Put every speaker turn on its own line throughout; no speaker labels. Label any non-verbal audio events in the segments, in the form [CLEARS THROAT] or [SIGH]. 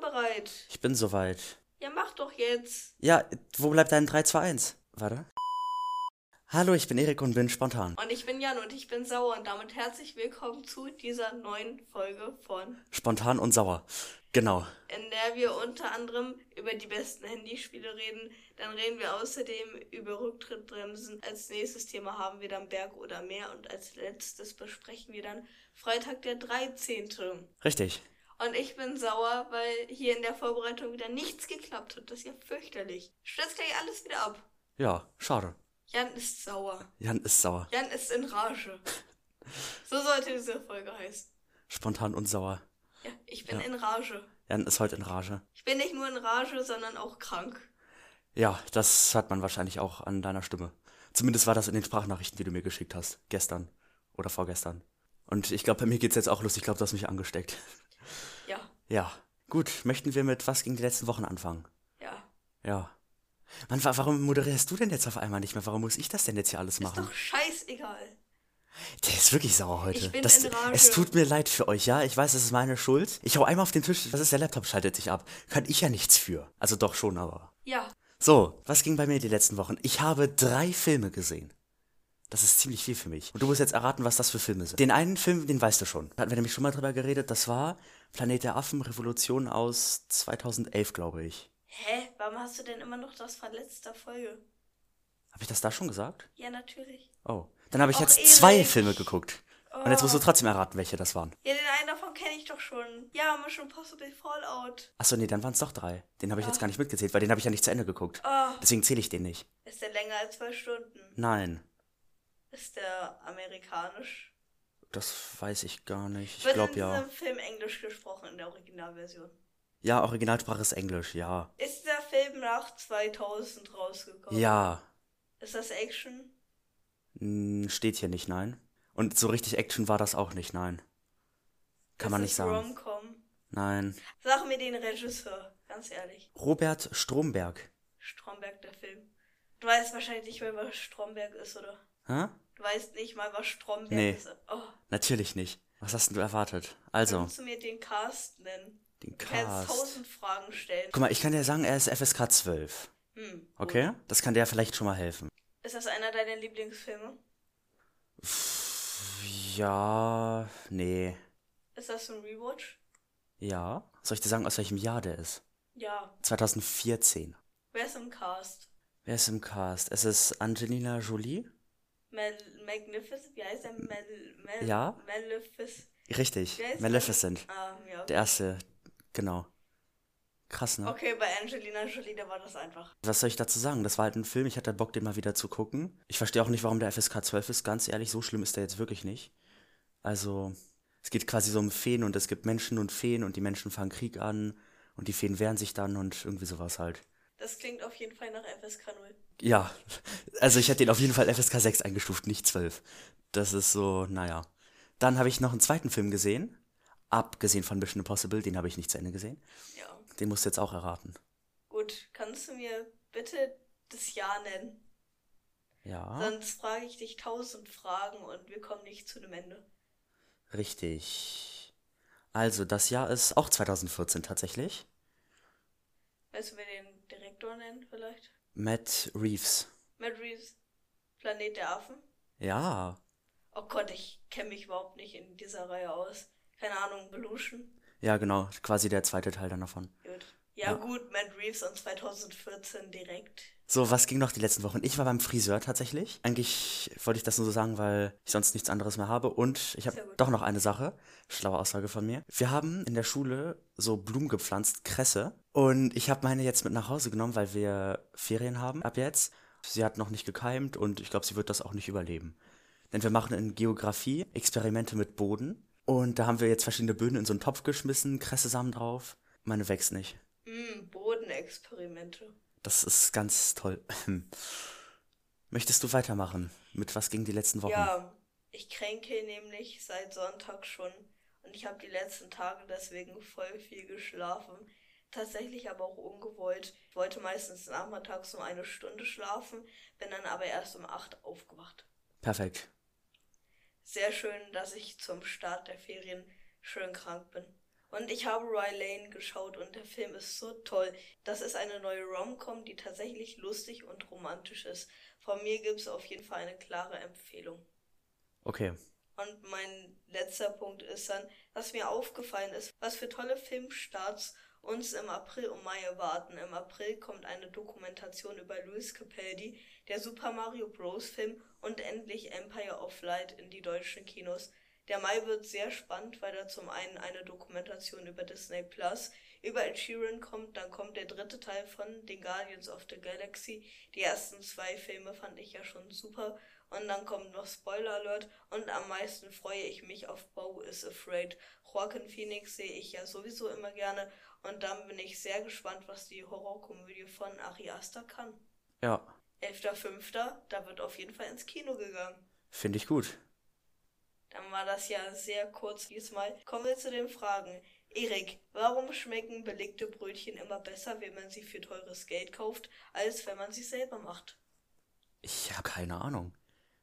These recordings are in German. soweit.
Ich bin soweit.
Ja, mach doch jetzt.
Ja, wo bleibt dein 3, 2, 1? Warte. Hallo, ich bin Erik und bin spontan.
Und ich bin Jan und ich bin sauer und damit herzlich willkommen zu dieser neuen Folge von,
Spontan und sauer. Genau.
in der wir unter anderem über die besten Handyspiele reden. Dann reden wir außerdem über Rücktrittbremsen. Als nächstes Thema haben wir dann Berg oder Meer und als letztes besprechen wir dann Freitag der 13.
Richtig.
Und ich bin sauer, weil hier in der Vorbereitung wieder nichts geklappt hat. Das ist ja fürchterlich. Stürzt gleich alles wieder ab.
Ja, schade.
Jan ist sauer.
Jan ist sauer.
Jan ist in Rage. So sollte diese Folge heißen.
Spontan und sauer.
Ja, ich bin
Ja.
in Rage.
Jan ist heute in Rage.
Ich bin nicht nur in Rage, sondern auch krank.
Ja, das hat man wahrscheinlich auch an deiner Stimme. Zumindest war das in den Sprachnachrichten, die du mir geschickt hast. Gestern. Oder vorgestern. Und ich glaube, bei mir geht's jetzt auch los. Ich glaube, du hast mich angesteckt.
Ja,
Ja. Gut, möchten wir mit was ging die letzten Wochen anfangen?
ja.
Ja. Mann, wa- warum moderierst du denn jetzt auf einmal nicht mehr? Warum muss ich das denn jetzt hier alles
Ist
machen?
doch scheißegal.
Der ist wirklich sauer heute.
Ich bin
das,
in Rage.
Es tut mir leid für euch, ja? Ich weiß, es ist meine Schuld. Ich hau einmal auf den Tisch, das ist der Laptop, schaltet sich ab. Kann ich ja nichts für. Also doch schon, aber.
Ja,
So, was ging bei mir die letzten Wochen? Ich habe drei Filme gesehen. Das ist ziemlich viel für mich. Und du musst jetzt erraten, was das für Filme sind. Den einen Film, den weißt du schon. Da hatten wir nämlich schon mal drüber geredet. Das war Planet der Affen, Revolution aus 2011, glaube ich.
hä? Warum hast du denn immer noch das von letzter Folge?
Habe ich das da schon gesagt?
Ja, natürlich.
Oh. Dann habe ich
Och, Oh.
jetzt zwei
Erik.
Filme geguckt. Und jetzt musst du trotzdem erraten, welche das waren.
Oh, Ja, den einen davon kenne ich doch schon. Ja, Mission Possible Fallout.
Achso, nee, dann waren es doch drei. Den habe ich jetzt gar nicht mitgezählt, weil den habe ich ja nicht zu Ende geguckt.
Oh,
Deswegen zähle ich den nicht.
ist der länger als zwei Stunden?
Nein,
Ist der amerikanisch?
das weiß ich gar nicht. Ich
Wird
glaube
in
ja.
diesem Film Englisch gesprochen in der Originalversion?
Ja, Originalsprache ist Englisch, ja.
Ist der Film nach 2000 rausgekommen?
Ja.
Ist das Action?
Hm, Steht hier nicht, nein. Und so richtig Action war das auch nicht, nein. Kann
ist
man
das
nicht sagen.
Romcom?
Nein.
Sag mir den Regisseur, ganz ehrlich.
Robert Stromberg.
Stromberg, der Film. Du weißt wahrscheinlich nicht mehr, was Stromberg ist, oder?
Hä?
Du weißt nicht mal, was Stromberg
Nee.
ist. Oh,
Natürlich nicht. Was hast denn du erwartet? Also,
kannst du mir den Cast nennen?
den
Du kannst
Cast.
tausend Fragen stellen.
Guck mal, ich kann dir sagen, er ist FSK 12.
Hm, gut.
Okay? Das kann dir vielleicht schon mal helfen.
Ist das einer deiner Lieblingsfilme?
Ja, nee.
Ist das ein Rewatch?
Ja. Soll ich dir sagen, aus welchem Jahr der ist?
Ja.
2014.
Wer ist im Cast?
Wer ist im Cast? Es ist Angelina Jolie?
Mal Magnificent? Wie heißt der? Mal Mal
Ja?
Maleficent?
Richtig.
Wer ist
Maleficent.
Mal ah, ja.
Der erste. Genau. Krass, ne?
Okay, bei Angelina Jolie, da war das einfach.
Was soll ich dazu sagen? Das war halt ein Film, ich hatte Bock, den mal wieder zu gucken. Ich verstehe auch nicht, warum der FSK 12 ist. Ganz ehrlich, so schlimm ist der jetzt wirklich nicht. Also, es geht quasi so um Feen und es gibt Menschen und Feen und die Menschen fangen Krieg an und die Feen wehren sich dann und irgendwie sowas halt.
Das klingt auf jeden Fall nach FSK 0.
Ja, [LAUGHS] also ich hätte ihn auf jeden Fall FSK 6 eingestuft, nicht 12. Das ist so, naja. Dann habe ich noch einen zweiten Film gesehen. Abgesehen von Mission Impossible, den habe ich nicht zu Ende gesehen.
Ja.
Den musst du jetzt auch erraten.
Gut, kannst du mir bitte das Jahr nennen?
Ja,
Sonst frage ich dich tausend Fragen und wir kommen nicht zu einem Ende.
richtig. Also, das Jahr ist auch 2014 tatsächlich.
Weißt du, wer den Direktor nennen vielleicht?
Matt Reeves.
Matt Reeves, Planet der Affen?
Ja,
Oh Gott, ich kenne mich überhaupt nicht in dieser Reihe aus. Keine Ahnung, Beluschen?
ja, genau. Quasi der zweite Teil dann davon.
Gut. Ja,
Ja.
gut, Matt Reeves und 2014 direkt.
So, was ging noch die letzten Wochen? Ich war beim Friseur tatsächlich. Eigentlich wollte ich das nur so sagen, weil ich sonst nichts anderes mehr habe. Und ich
Sehr
habe
gut.
doch noch eine Sache. Schlaue Aussage von mir. Wir haben in der Schule so Blumen gepflanzt, Kresse. Und ich habe meine jetzt mit nach Hause genommen, weil wir Ferien haben ab jetzt. Sie hat noch nicht gekeimt und ich glaube, sie wird das auch nicht überleben. Denn wir machen in Geografie Experimente mit Boden. Und da haben wir jetzt verschiedene Böden in so einen Topf geschmissen, Kressesamen drauf. Meine wächst nicht.
Hm, Bodenexperimente.
Das ist ganz toll. [CLEARS THROAT] Möchtest du weitermachen? Mit was ging die letzten Wochen?
Ja, ich kränke nämlich seit Sonntag schon und ich habe die letzten Tage deswegen voll viel geschlafen. Tatsächlich aber auch ungewollt. Ich wollte meistens nachmittags nur eine Stunde schlafen, bin dann aber erst um 8 aufgewacht.
Perfekt.
Sehr schön, dass ich zum Start der Ferien schön krank bin. Und ich habe Rye Lane geschaut und der Film ist so toll. Das ist eine neue Rom-Com, die tatsächlich lustig und romantisch ist. Von mir gibt es auf jeden Fall eine klare Empfehlung.
Okay.
Und mein letzter Punkt ist dann, dass mir aufgefallen ist, was für tolle Filmstarts uns im April und Mai erwarten. Im April kommt eine Dokumentation über Louis Capaldi, der Super Mario Bros. Film und endlich Empire of Light in die deutschen Kinos. Der Mai wird sehr spannend, weil da zum einen eine Dokumentation über Disney Plus, über Ed Sheeran kommt, dann kommt der dritte Teil von den Guardians of the Galaxy. Die ersten zwei Filme fand ich ja schon super. Und dann kommt noch Spoiler Alert und am meisten freue ich mich auf Bo is Afraid. Joaquin Phoenix sehe ich ja sowieso immer gerne und dann bin ich sehr gespannt, was die Horrorkomödie von Ari Aster kann.
Ja,
11.05., da wird auf jeden Fall ins Kino gegangen.
finde ich gut.
Dann war das ja sehr kurz diesmal. Kommen wir zu den Fragen. Erik, warum schmecken belegte Brötchen immer besser, wenn man sie für teures Geld kauft, als wenn man sie selber macht?
Ich habe keine Ahnung.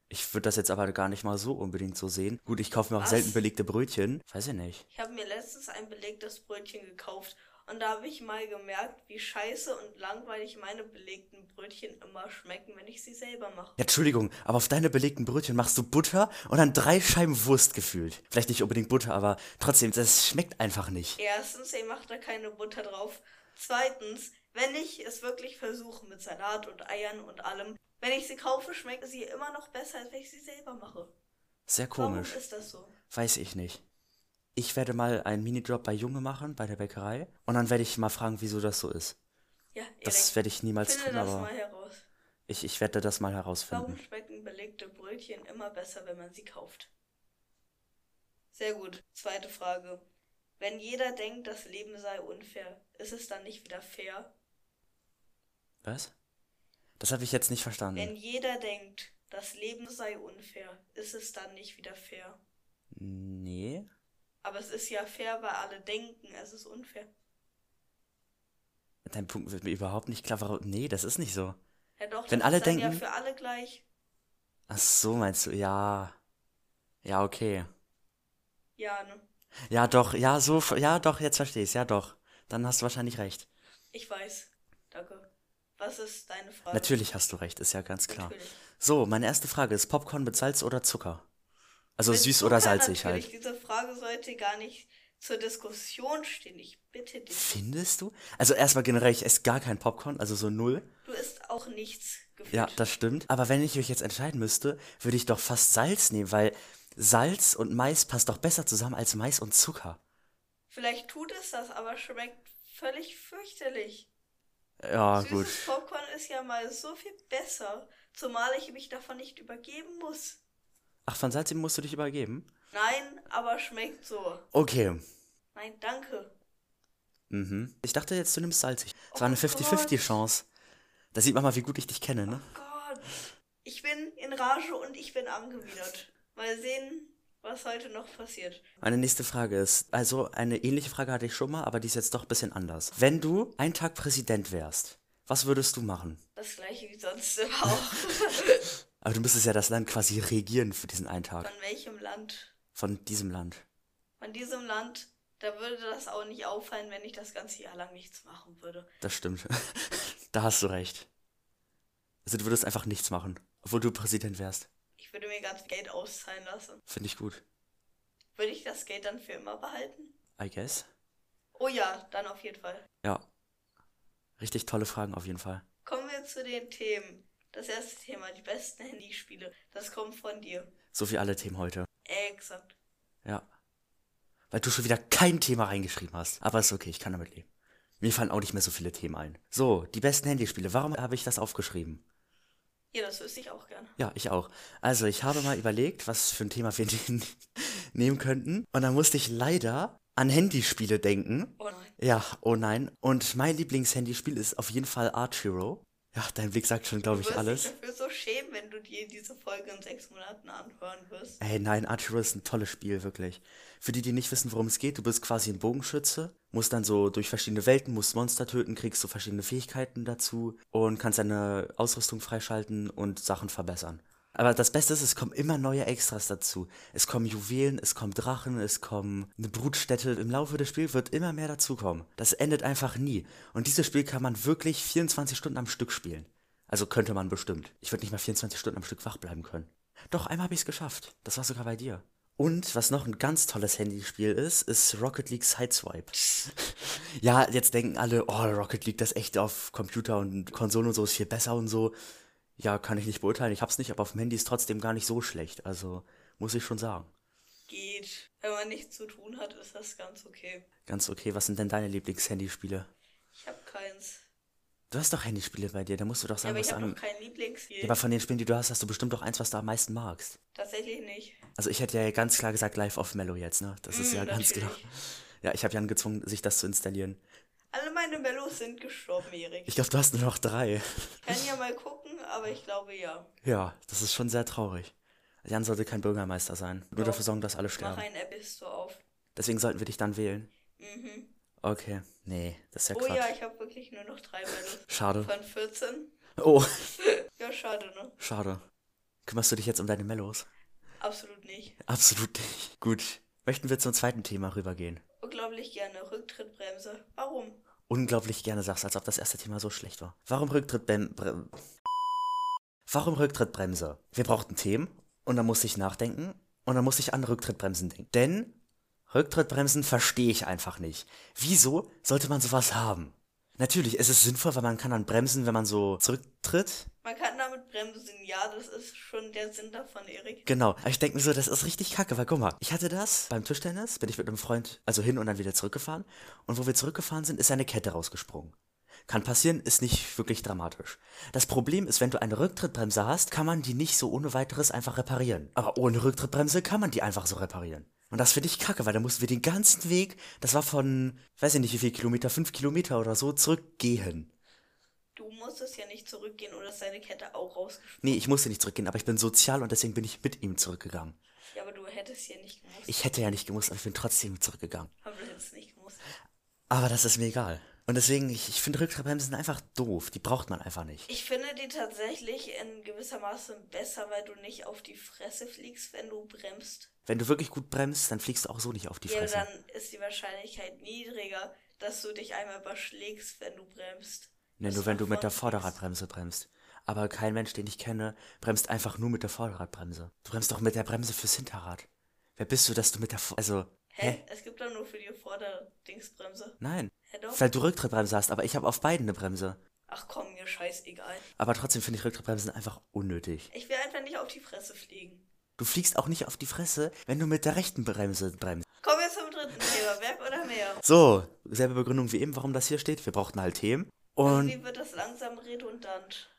Ich würde das jetzt aber gar nicht mal so unbedingt so sehen. Gut, ich kaufe mir auch
Was?
selten belegte Brötchen. Weiß ich nicht.
Ich habe mir letztens ein belegtes Brötchen gekauft und da habe ich mal gemerkt, wie scheiße und langweilig meine belegten Brötchen immer schmecken, wenn ich sie selber mache.
Ja, Entschuldigung, aber auf deine belegten Brötchen machst du Butter und dann drei Scheiben Wurst gefühlt. Vielleicht nicht unbedingt Butter, aber trotzdem, das schmeckt einfach nicht.
Erstens, er macht da keine Butter drauf. Zweitens, wenn ich es wirklich versuche mit Salat und Eiern und allem, wenn ich sie kaufe, schmecken sie immer noch besser, als wenn ich sie selber mache.
Sehr komisch.
Warum ist das so?
Weiß ich nicht. Ich werde mal einen Minijob bei Junge machen, bei der Bäckerei. Und dann werde ich mal fragen, wieso das so ist.
Ja, Erik,
Das werde ich niemals
finde
tun,
das
aber
mal heraus.
ich, ich werde das mal
Warum
herausfinden.
schmecken belegte Brötchen immer besser, wenn man sie kauft? Sehr gut. Zweite Frage. Wenn jeder denkt, das Leben sei unfair, ist es dann nicht wieder fair?
Was? Das habe ich jetzt nicht verstanden.
Wenn jeder denkt, das Leben sei unfair, ist es dann nicht wieder fair?
Nee.
Aber es ist ja fair, weil alle denken, es ist unfair.
Dein Punkt wird mir überhaupt nicht klar. Warum? Nee, das ist nicht so.
Ja doch,
Wenn
das
alle
ist dann ja
denken-
für alle gleich.
Ach so, meinst du? Ja. Ja, okay.
Ja, ne?
Ja, doch. Ja, so. Ja, doch. Jetzt verstehe ich es. Ja, doch. Dann hast du wahrscheinlich recht.
Ich weiß. Danke. Was ist deine Frage?
Natürlich hast du recht. Ist ja ganz klar.
Natürlich.
So, meine erste Frage ist Popcorn mit Salz oder Zucker? Also
Mit
süß oder
Zucker
salzig halt.
natürlich. Diese Frage sollte gar nicht zur Diskussion stehen. Ich bitte dich.
Findest du? Also erstmal generell, ich esse gar kein Popcorn, also so null.
Du isst auch nichts gefühlt.
Ja, das stimmt. Aber wenn ich mich jetzt entscheiden müsste, würde ich doch fast Salz nehmen, weil Salz und Mais passt doch besser zusammen als Mais und Zucker.
Vielleicht tut es das, aber schmeckt völlig fürchterlich.
Ja, Ah, gut.
Süßes Popcorn ist ja mal so viel besser, zumal ich mich davon nicht übergeben muss.
Ach, von Salz musst du dich übergeben?
Nein, aber schmeckt so.
Okay.
Nein, danke.
Mhm. Ich dachte jetzt, du nimmst salzig. Es war eine
Oh
50-50-Chance. Da sieht man mal, wie gut ich dich kenne, ne?
Oh Gott. Ich bin in Rage und ich bin angewidert. Mal sehen, was heute noch passiert.
Meine nächste Frage ist, also eine ähnliche Frage hatte ich schon mal, aber die ist jetzt doch ein bisschen anders. Wenn du einen Tag Präsident wärst, was würdest du machen?
Das gleiche wie sonst immer auch.
Aber du müsstest ja das Land quasi regieren für diesen einen Tag.
Von welchem Land?
Von diesem Land.
Von diesem Land, da würde das auch nicht auffallen, wenn ich das ganze Jahr lang nichts machen würde.
Das stimmt. [LAUGHS] da hast du recht. Also du würdest einfach nichts machen, obwohl du Präsident wärst.
Ich würde mir ganz Geld auszahlen lassen.
Finde ich gut.
Würde ich das Geld dann für immer behalten?
I guess.
Oh ja, dann auf jeden Fall.
Ja. Richtig tolle Fragen auf jeden Fall.
Kommen wir zu den Themen. Das erste Thema, die besten [LAUGHS] Handyspiele. Das kommt von dir. Äh,
So wie alle Themen heute.
Exakt.
Ja. Weil du schon wieder kein Thema reingeschrieben hast. Aber ist okay, ich kann damit leben. Mir fallen auch nicht mehr so viele Themen ein. So, die besten Handyspiele. Warum habe ich das aufgeschrieben?
Ja, das wüsste ich auch gerne.
Ja, ich auch. Also, ich habe mal überlegt, was für ein Thema wir [LAUGHS] denn nehmen könnten. Und dann musste ich leider an Handyspiele denken.
Oh nein.
Ja, oh nein. Und mein Lieblingshandyspiel ist auf jeden Fall Arch Hero. Ja, dein Blick sagt schon, glaube
Du
ich,
wirst
alles.
dich dafür so schämen, wenn du dir diese Folge in sechs Monaten anhören wirst.
Ey, nein, Archero ist ein tolles Spiel, wirklich. Für die, die nicht wissen, worum es geht, du bist quasi ein Bogenschütze, musst dann so durch verschiedene Welten, musst Monster töten, kriegst so verschiedene Fähigkeiten dazu und kannst deine Ausrüstung freischalten und Sachen verbessern. Aber das Beste ist, es kommen immer neue Extras dazu. Es kommen Juwelen, es kommen Drachen, es kommen eine Brutstätte. Im Laufe des Spiels wird immer mehr dazukommen. Das endet einfach nie. Und dieses Spiel kann man wirklich 24 Stunden am Stück spielen. Also könnte man bestimmt. Ich würde nicht mal 24 Stunden am Stück wach bleiben können. Doch einmal habe ich es geschafft. Das war sogar bei dir. Und was noch ein ganz tolles Handyspiel ist, ist Rocket League Sideswipe. [LAUGHS] ja, jetzt denken alle, oh, Rocket League, das echte auf Computer und Konsolen und so ist viel besser und so. Ja, kann ich nicht beurteilen. Ich hab's nicht, aber auf dem Handy ist trotzdem gar nicht so schlecht. Also, muss ich schon sagen.
Geht. Wenn man nichts zu tun hat, ist das ganz okay.
Ganz okay. Was sind denn deine Lieblings-Handyspiele?
Ich habe keins.
Du hast doch Handyspiele bei dir, da musst du doch
Ja,
sagen,
aber
was
ich
du
habe
am.
noch kein Lieblingsspiel.
Ja, aber von den Spielen, die du hast, hast du bestimmt doch eins, was du am meisten magst.
Tatsächlich nicht.
Also, ich hätte ja ganz klar gesagt, Live of Mellow jetzt, ne? Das ist
Mm,
ja ganz klar.
natürlich.
Ja, ich habe Jan gezwungen, sich das zu installieren.
Alle meine Mellos sind gestorben, Erik.
Ich glaube, du hast nur noch drei.
Ich kann ja mal gucken, aber ich glaube ja.
Ja, das ist schon sehr traurig. Jan sollte kein Bürgermeister sein. Nur
Doch.
dafür sorgen, dass alle
Mach
sterben.
ein Abyss so auf.
Deswegen sollten wir dich dann wählen.
Mhm.
Okay. Nee, das ist ja
Oh
Quatsch.
ja, ich habe wirklich nur noch drei Mellos. [LAUGHS]
Schade.
Von 14?
Oh,
Ja, schade, ne?
schade. Kümmerst du dich jetzt um deine Mellos?
Absolut nicht.
Absolut nicht. Gut. Möchten wir zum zweiten Thema rübergehen?
Unglaublich gerne. Rücktrittbremse. Warum?
Unglaublich gerne sagst, als ob das erste Thema so schlecht war. Warum Rücktrittbrem... Brem- Warum Rücktrittbremse? Wir brauchten Themen und dann musste ich nachdenken und dann musste ich an Rücktrittbremsen denken. Denn Rücktrittbremsen verstehe ich einfach nicht. Wieso sollte man sowas haben? Natürlich, es ist sinnvoll, weil man kann dann bremsen, wenn man so zurücktritt.
Man kann damit bremsen. Ja, das ist schon der Sinn davon, Erik.
Genau. Aber ich denke mir so, das ist richtig kacke, weil guck mal, ich hatte das beim Tischtennis, bin ich mit einem Freund, also hin und dann wieder zurückgefahren. Und wo wir zurückgefahren sind, ist eine Kette rausgesprungen. Kann passieren, ist nicht wirklich dramatisch. Das Problem ist, wenn du eine Rücktrittbremse hast, kann man die nicht so ohne weiteres einfach reparieren. Aber ohne Rücktrittbremse kann man die einfach so reparieren. Und das finde ich kacke, weil da mussten wir den ganzen Weg, das war von, weiß ich nicht wie viel Kilometer, fünf Kilometer oder so, zurückgehen.
Du musstest ja nicht zurückgehen oder ist deine Kette auch rausgeschmissen.
Nee, ich musste nicht zurückgehen, aber ich bin sozial und deswegen bin ich mit ihm zurückgegangen.
Ja, aber du hättest ja nicht gemusst.
Ich hätte ja nicht gemusst, aber ich bin trotzdem zurückgegangen.
Aber du hättest nicht gemusst.
Aber das ist mir egal. Und deswegen, ich, ich finde Rücktrittbremsen einfach doof. Die braucht man einfach nicht.
Ich finde die tatsächlich in gewisser Maße besser, weil du nicht auf die Fresse fliegst, wenn du bremst.
Wenn du wirklich gut bremst, dann fliegst du auch so nicht auf die
Ja,
Fresse.
dann ist die Wahrscheinlicherheit niedriger, dass du dich einmal überschlägst, wenn du bremst.
nee,
dass
nur wenn du mit der
nach vorne fliegst.
Vorderradbremse bremst. Aber kein Mensch, den ich kenne, bremst einfach nur mit der Vorderradbremse. Du bremst doch mit der Bremse fürs Hinterrad. Wer bist du, dass du mit der... Vor also,
Hä?
hä?
Es gibt doch nur für die Vorderdingsbremse.
Nein.
Hä doch?
Weil du Rücktrittbremse hast, aber ich habe auf beiden eine Bremse.
Ach komm, mir scheißegal.
Aber trotzdem finde ich Rücktrittbremsen einfach unnötig.
Ich will einfach nicht auf die Fresse fliegen.
Du fliegst auch nicht auf die Fresse, wenn du mit der rechten Bremse bremst.
Kommen wir zum dritten Thema, Werk oder mehr?
So, selbe Begründung wie eben, warum das hier steht. Wir brauchten halt Themen. Und
Irgendwie wird das langsam redundant.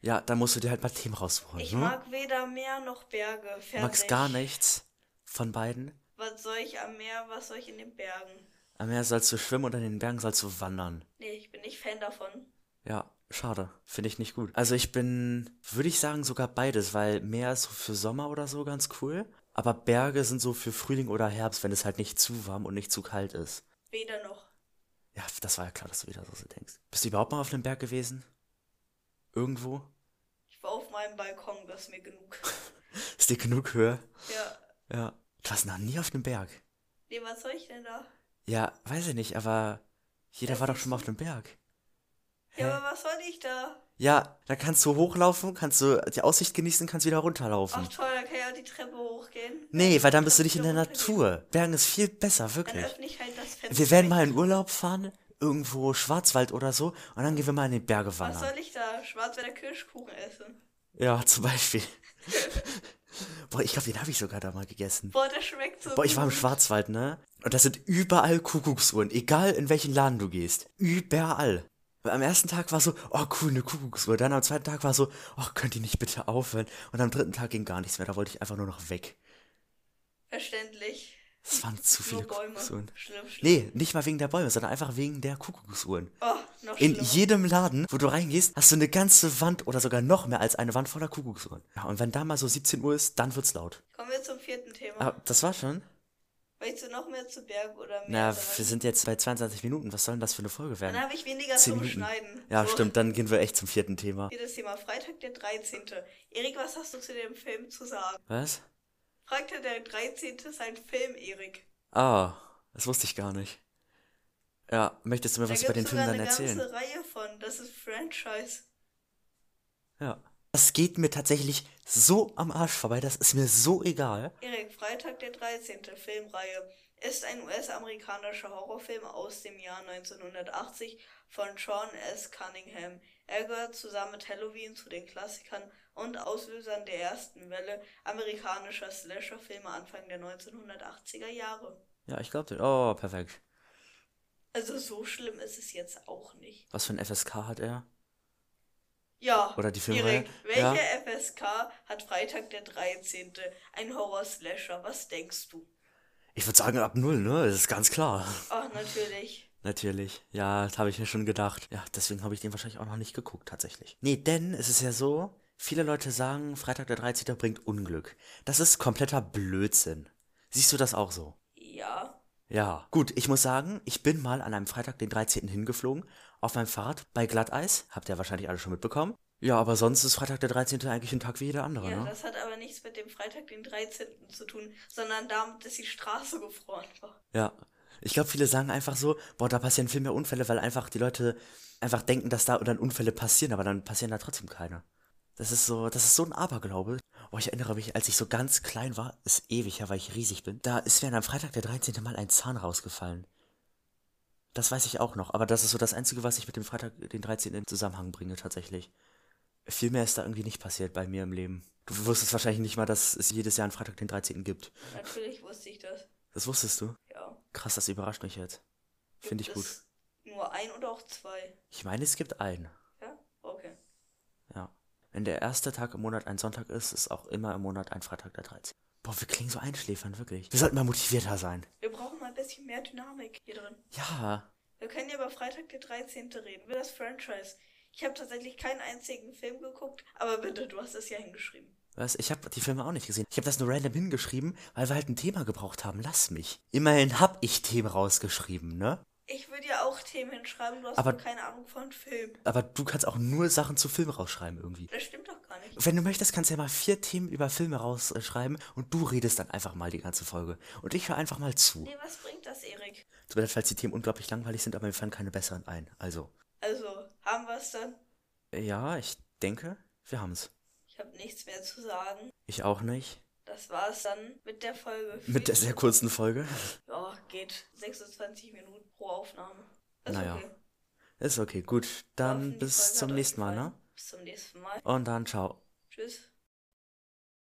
ja, dann musst du dir halt mal Themen rausholen.
Ich
ne?
mag weder Meer noch Berge.
Du magst
Fertig.
gar nichts von beiden.
Was soll ich am Meer, was soll ich in den Bergen?
Am Meer sollst du schwimmen und an den Bergen sollst du wandern.
Nee, ich bin nicht Fan davon.
Ja, schade. Finde ich nicht gut. Also ich bin, würde ich sagen, sogar beides, weil Meer ist so für Sommer oder so ganz cool. Aber Berge sind so für Frühling oder Herbst, wenn es halt nicht zu warm und nicht zu kalt ist.
Weder noch.
Ja, das war ja klar, dass du wieder so denkst. Bist du überhaupt mal auf einem Berg gewesen? Irgendwo?
Ich war auf meinem Balkon, das ist mir
[LAUGHS]
genug.
Ist dir genug Höhe?
Ja.
Ja. Du warst noch nie auf einem Berg.
Nee, was soll ich denn da?
Ja, weiß ich nicht, aber jeder
Ja,
war doch
siehst
schon mal auf einem Berg. Hä?
Ja, aber was soll ich da?
Ja, da kannst du hochlaufen, kannst du die Aussicht genießen, kannst wieder runterlaufen.
Ach toll, da kann ich auch die Treppe hochgehen.
nee, weil dann bist du
Dann
nicht in der
wieder runtergehen.
Natur. Bergen ist viel besser,
Dann
wirklich.
öffne ich halt das Fenster.
Wir werden mal in Urlaub fahren, irgendwo Schwarzwald oder so, und dann gehen wir mal in die Berge
Was
wandern.
soll ich da? Schwarzwälder Kirschkuchen essen.
Ja, zum Beispiel. [LAUGHS] Boah, ich glaube, den habe ich sogar da mal gegessen.
Boah, der schmeckt so
Boah, ich war im
gut.
Schwarzwald, ne? Und das sind überall Kuckucksuhren, egal in welchen Laden du gehst. Überall. Am ersten Tag war so, oh cool, eine Kuckucksuhr. Dann am zweiten Tag war so, oh, könnt ihr nicht bitte aufhören? Und am dritten Tag ging gar nichts mehr, da wollte ich einfach nur noch weg.
Verständlich.
Es waren zu viele
Nur Bäume.
Kuckucksuhren.
Schlimm, schlimm.
Nee, nicht mal wegen der Bäume, sondern einfach wegen der Kuckucksuhren.
Oh, noch
In
schlimmer.
jedem Laden, wo du reingehst, hast du eine ganze Wand oder sogar noch mehr als eine Wand voller Kuckucksuhren. Ja, und wenn da mal so 17 Uhr ist, dann wird's laut.
Kommen wir zum vierten Thema.
Ah, das war schon?
Möchtest du noch mehr zu Berg oder mehr?
Na,
sagen?
wir sind jetzt bei 22 Minuten. Was soll denn das für eine Folge
Dann
werden?
habe ich weniger
Zehn
zum
Minuten.
Schneiden.
Ja,
so.
stimmt. Dann gehen wir echt zum vierten Thema.
Jedes Thema. Freitag, der 13. Erik, was hast du zu dem Film zu sagen?
Was?
Freitag, der 13. ist ein Film, Erik.
Ah, das wusste ich gar nicht. Ja, möchtest du mir
Da
was über den
gibt's
Film
sogar
dann
eine
erzählen?
ganze Reihe von. Das ist Franchise.
Ja. Das geht mir tatsächlich so am Arsch vorbei. Das ist mir so egal.
Erik, Freitag der 13. Filmreihe ist ein US-amerikanischer Horrorfilm aus dem Jahr 1980 von Sean S. Cunningham. Er gehört zusammen mit Halloween zu den Klassikern und Auslösern der ersten Welle amerikanischer Slasher-Filme Anfang der 1980er Jahre.
Ja, ich glaube, oh, perfekt.
Also so schlimm ist es jetzt auch nicht.
Was für ein FSK hat er?
Ja,
Oder die Filmreihe?
Erik,
Ja.
welche FSK hat Freitag der 13. ein Horror-Slasher? Was denkst du?
Ich würde sagen ab null, ne? Das ist ganz klar. [LAUGHS]
Ach, natürlich.
Natürlich. Ja, das habe ich mir schon gedacht. Ja, deswegen habe ich den wahrscheinlich auch noch nicht geguckt, tatsächlich. Nee, denn es ist ja so, viele Leute sagen, Freitag der 13. bringt Unglück. Das ist kompletter Blödsinn. Siehst du das auch so?
Ja.
Ja. Gut, ich muss sagen, ich bin mal an einem Freitag, den 13. hingeflogen, auf meinem Fahrrad, bei Glatteis. Habt ihr ja wahrscheinlich alle schon mitbekommen. Ja, aber sonst ist Freitag der 13. eigentlich ein Tag wie jeder andere,
Ja,
ne?
das hat aber nichts mit dem Freitag, den 13. zu tun, sondern damit, dass die Straße gefroren war.
Ja. Ich glaube, viele sagen einfach so, boah, da passieren viel mehr Unfälle, weil einfach die Leute einfach denken, dass da dann Unfälle passieren, aber dann passieren da trotzdem keine. Das ist so, das ist so ein Aberglaube. Oh, ich erinnere mich, als ich so ganz klein war, ist ewig her, weil ich riesig bin, da ist mir an einem Freitag der 13. Mal ein Zahn rausgefallen. Das weiß ich auch noch, aber das ist so das Einzige, was ich mit dem Freitag den 13. in Zusammenhang bringe, tatsächlich. Viel mehr ist da irgendwie nicht passiert bei mir im Leben. Du wusstest wahrscheinlich nicht mal, dass es jedes Jahr einen Freitag den 13. gibt.
Natürlich wusste ich das.
Das wusstest du?
Ja.
Krass, das überrascht mich jetzt. Finde ich
Gibt
gut.
es Nur ein oder auch zwei.
Ich meine, es gibt einen.
Ja? Okay.
Ja. Wenn der erste Tag im Monat ein Sonntag ist, ist auch immer im Monat ein Freitag der 13. Boah, wir klingen so einschläfernd, wirklich. Wir sollten mal motivierter sein.
Wir brauchen mal ein bisschen mehr Dynamik hier drin.
Ja.
Wir können ja über Freitag, der 13. reden. Über das Franchise. Ich habe tatsächlich keinen einzigen Film geguckt, aber bitte, du hast es ja hingeschrieben.
Was? Ich habe die Filme auch nicht gesehen. Ich habe das nur random hingeschrieben, weil wir halt ein Thema gebraucht haben. Lass mich. Immerhin hab ich Themen rausgeschrieben, ne?
Ich würde ja auch Themen hinschreiben, du hast
Aber-
nur keine Ahnung von Film.
Aber du kannst auch nur Sachen zu Filmen rausschreiben irgendwie.
Das stimmt doch gar nicht.
Wenn du möchtest, kannst du ja mal vier Themen über Filme rausschreiben und du redest dann einfach mal die ganze Folge. Und ich höre einfach mal zu.
Nee, was bringt das, Erik?
Zumindest falls die Themen unglaublich langweilig sind, aber mir fallen keine besseren ein. Also.
Also, haben wir es dann?
Ja, ich denke, wir haben's.
Ich habe nichts mehr zu sagen.
Ich auch nicht.
Das war es dann mit der Folge.
Mit der sehr kurzen Folge.
Ja, geht. 26 Minuten pro Aufnahme. Ist
Naja.
okay.
Ist okay, gut.
Wir hoffen,
Dann
die
bis
Folge hat
zum
euch
nächsten Mal,
gefallen.
ne?
Bis zum nächsten Mal.
Und dann ciao.
Tschüss.